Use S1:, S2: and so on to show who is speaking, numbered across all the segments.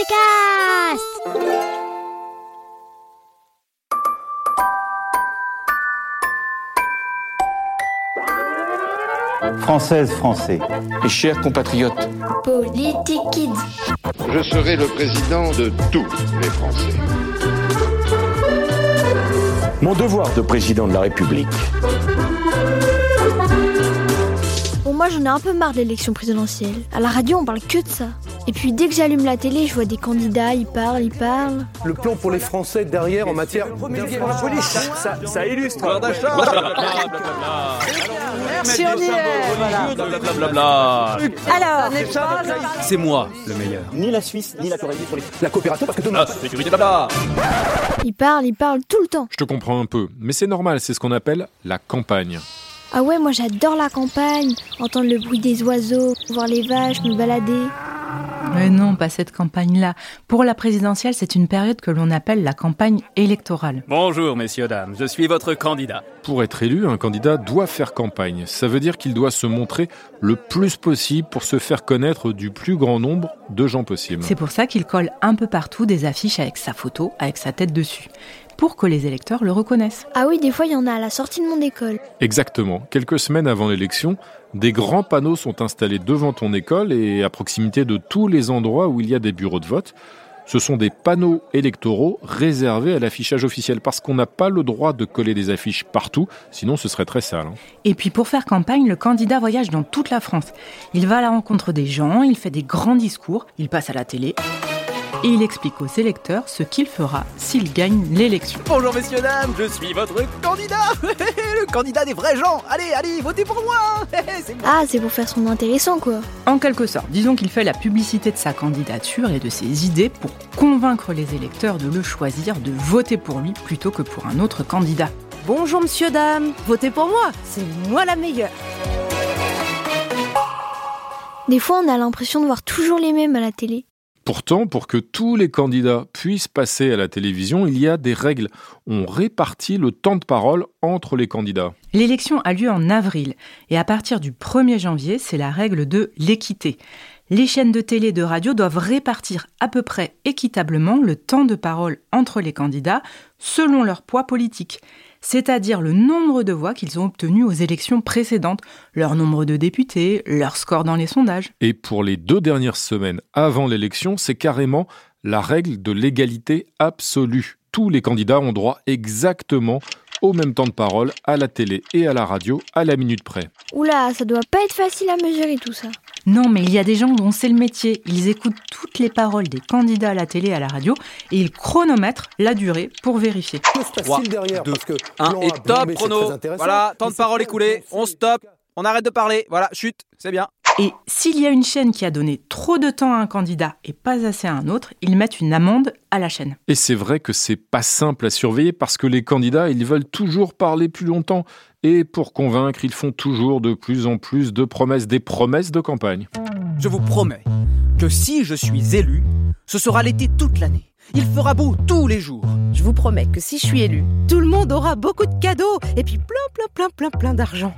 S1: Philisecast
S2: Française, Français,
S3: Mes chers compatriotes,
S1: Politique Kids
S4: Je serai le président de tous les Français.
S5: Mon devoir de président de la République,
S6: Bon, moi j'en ai un peu marre de l'élection présidentielle. À la radio, on parle que de ça. Et puis dès que j'allume la télé, je vois des candidats, ils parlent, ils parlent.
S7: Le plan pour les Français derrière en matière
S5: ça, ça illustre.
S8: Si on y est, voilà. Alors,
S9: C'est moi le meilleur.
S5: Ni la Suisse, ni la Corée, ni pour les
S7: la coopération parce que demain,
S9: La sécurité blabla
S6: Ils parlent, ils parlent tout le temps.
S9: Je te comprends un peu, mais c'est normal, c'est ce qu'on appelle la campagne.
S6: Ah ouais, moi j'adore la campagne, entendre le bruit des oiseaux, voir les vaches, me balader.
S10: Mais non, pas cette campagne-là. Pour la présidentielle, c'est une période que l'on appelle la campagne électorale.
S9: Bonjour.
S11: Messieurs, dames, je suis votre candidat.
S9: Pour être élu, un candidat doit faire campagne. Ça veut dire qu'il doit se montrer le plus possible pour se faire connaître du plus grand nombre de gens possible.
S10: C'est pour ça qu'il colle un peu partout des affiches avec sa photo, avec sa tête dessus, pour que les électeurs le reconnaissent.
S6: Ah oui, des fois il y en a à la sortie de mon école.
S9: Exactement. Quelques semaines avant l'élection, des grands panneaux sont installés devant ton école et à proximité de tous les endroits où il y a des bureaux de vote. Ce sont des panneaux électoraux réservés à l'affichage officiel parce qu'on n'a pas le droit de coller des affiches partout, sinon ce serait très sale. hein.
S10: Et puis pour faire campagne, le candidat voyage dans toute la France. Il va à la rencontre des gens, il fait des grands discours, il passe à la télé. Et il explique aux électeurs ce qu'il fera s'il gagne l'élection.
S11: Bonjour, messieurs, dames, je suis votre candidat. Le candidat des vrais gens. Allez, allez, votez pour moi. C'est bon.
S6: Ah, c'est pour faire son intéressant quoi.
S10: En quelque sorte, disons qu'il fait la publicité de sa candidature et de ses idées pour convaincre les électeurs de le choisir, de voter pour lui plutôt que pour un autre candidat.
S8: bonjour monsieur, dame, votez pour moi, c'est moi la meilleure.
S6: Des fois, on a l'impression de voir toujours les mêmes à la télé.
S9: Pourtant, pour que tous les candidats puissent passer à la télévision, il y a des règles. On répartit le temps de parole entre les candidats.
S10: L'élection a lieu en avril et à partir du 1er janvier, c'est la règle de l'équité. Les chaînes de télé et de radio doivent répartir à peu près équitablement le temps de parole entre les candidats selon leur poids politique, c'est-à-dire le nombre de voix qu'ils ont obtenues aux élections précédentes, leur nombre de députés, leur score dans les sondages.
S9: Et pour les deux dernières semaines avant l'élection, c'est carrément la règle de l'égalité absolue. Tous les candidats ont droit exactement au même temps de parole à la télé et à la radio à la minute près.
S6: Oula, ça doit pas être facile à mesurer tout ça.
S10: Non, mais il y a des gens dont c'est le métier. Ils écoutent toutes les paroles des candidats à la télé et à la radio et ils chronomètrent la durée pour vérifier.
S7: que se
S11: Trois,
S7: passe-t-il derrière
S11: deux,
S7: Parce que
S11: Un
S7: plan
S11: et
S7: A, plan B,
S11: top
S7: c'est
S11: chrono.
S7: très intéressant.
S11: Voilà, temps
S7: Mais
S11: de
S7: c'est
S11: parole
S7: pas-
S11: écoulé. On stop. On arrête de parler. Voilà, chut, c'est bien.
S10: Et s'il y a une chaîne qui a donné trop de temps à un candidat et pas assez à un autre, ils mettent une amende à la chaîne.
S9: Et c'est vrai que c'est pas simple à surveiller parce que les candidats, ils veulent toujours parler plus longtemps. Et pour convaincre, ils font toujours de plus en plus de promesses, des promesses de campagne.
S11: Je vous promets que si je suis élu, ce sera l'été toute l'année. Il fera beau tous les jours.
S8: Je vous promets que si je suis élue, tout le monde aura beaucoup de cadeaux et puis plein, plein, plein, plein, plein d'argent.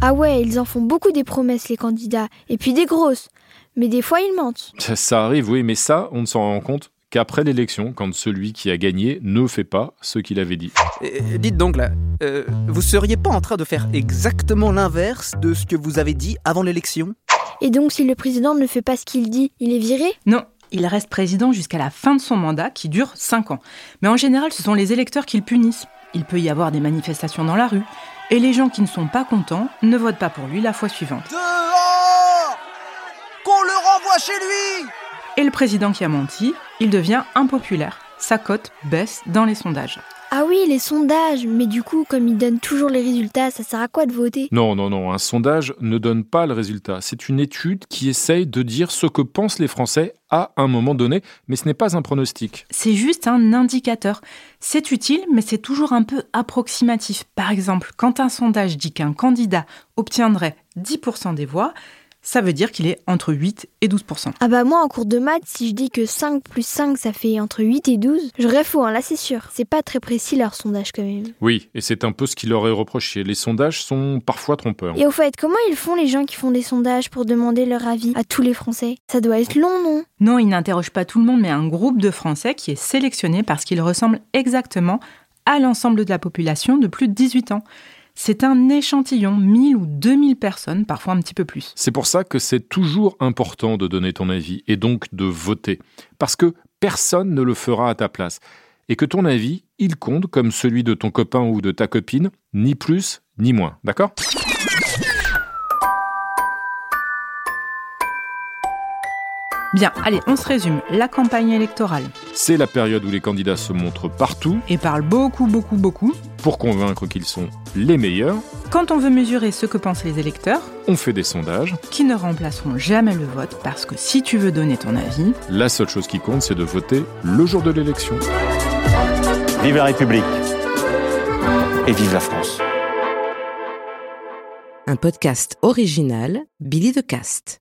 S6: Ah ouais, ils en font beaucoup des promesses les candidats, et puis des grosses. Mais des fois, ils mentent.
S9: Ça, ça arrive, oui, mais ça, on ne s'en rend compte qu'après l'élection, quand celui qui a gagné ne fait pas ce qu'il avait dit.
S11: Euh, dites donc là, euh, vous seriez pas en train de faire exactement l'inverse de ce que vous avez dit avant l'élection
S6: Et donc, si le président ne fait pas ce qu'il dit, il est viré
S10: Non, il reste président jusqu'à la fin de son mandat qui dure 5 ans. Mais en général, ce sont les électeurs qui le punissent. Il peut y avoir des manifestations dans la rue et les gens qui ne sont pas contents ne votent pas pour lui la fois suivante.
S11: Dehors Qu'on le renvoie chez lui
S10: Et le président qui a menti, il devient impopulaire. Sa cote baisse dans les sondages.
S6: Ah oui, les sondages Mais du coup, comme ils donnent toujours les résultats, ça sert à quoi de voter
S9: Non, non, non, un sondage ne donne pas le résultat. C'est une étude qui essaye de dire ce que pensent les Français à un moment donné, mais ce n'est pas un pronostic.
S10: C'est juste un indicateur. C'est utile, mais c'est toujours un peu approximatif. Par exemple, quand un sondage dit qu'un candidat obtiendrait 10% des voix, ça veut dire qu'il est entre 8 et 12
S6: Ah bah moi en cours de maths, si je dis que 5 plus 5 ça fait entre 8 et 12, j'aurais faux, hein, là c'est sûr. C'est pas très précis leur sondage quand même.
S9: Oui, et c'est un peu ce qu'il leur est reproché. Les sondages sont parfois trompeurs.
S6: Et au fait, comment ils font les gens qui font des sondages pour demander leur avis à tous les Français Ça doit être long, non
S10: Non, il n'interroge pas tout le monde, mais un groupe de Français qui est sélectionné parce qu'il ressemble exactement à l'ensemble de la population de plus de 18 ans. C'est un échantillon, 1000 ou 2000 personnes, parfois un petit peu plus.
S9: C'est pour ça que c'est toujours important de donner ton avis et donc de voter. Parce que personne ne le fera à ta place. Et que ton avis, il compte comme celui de ton copain ou de ta copine, ni plus ni moins. D'accord
S10: Bien, allez, on se résume. La campagne électorale.
S9: C'est la période où les candidats se montrent partout
S10: Et parle beaucoup, beaucoup, beaucoup.
S9: pour convaincre qu'ils sont les meilleurs.
S10: Quand on veut mesurer ce que pensent les électeurs,
S9: On fait des sondages.
S10: qui ne remplaceront jamais le vote, parce que si tu veux donner ton avis,
S9: La seule chose qui compte, c'est de voter le jour de l'élection.
S5: Vive la République. Et vive la France.
S2: Un podcast original, Billy de Cast.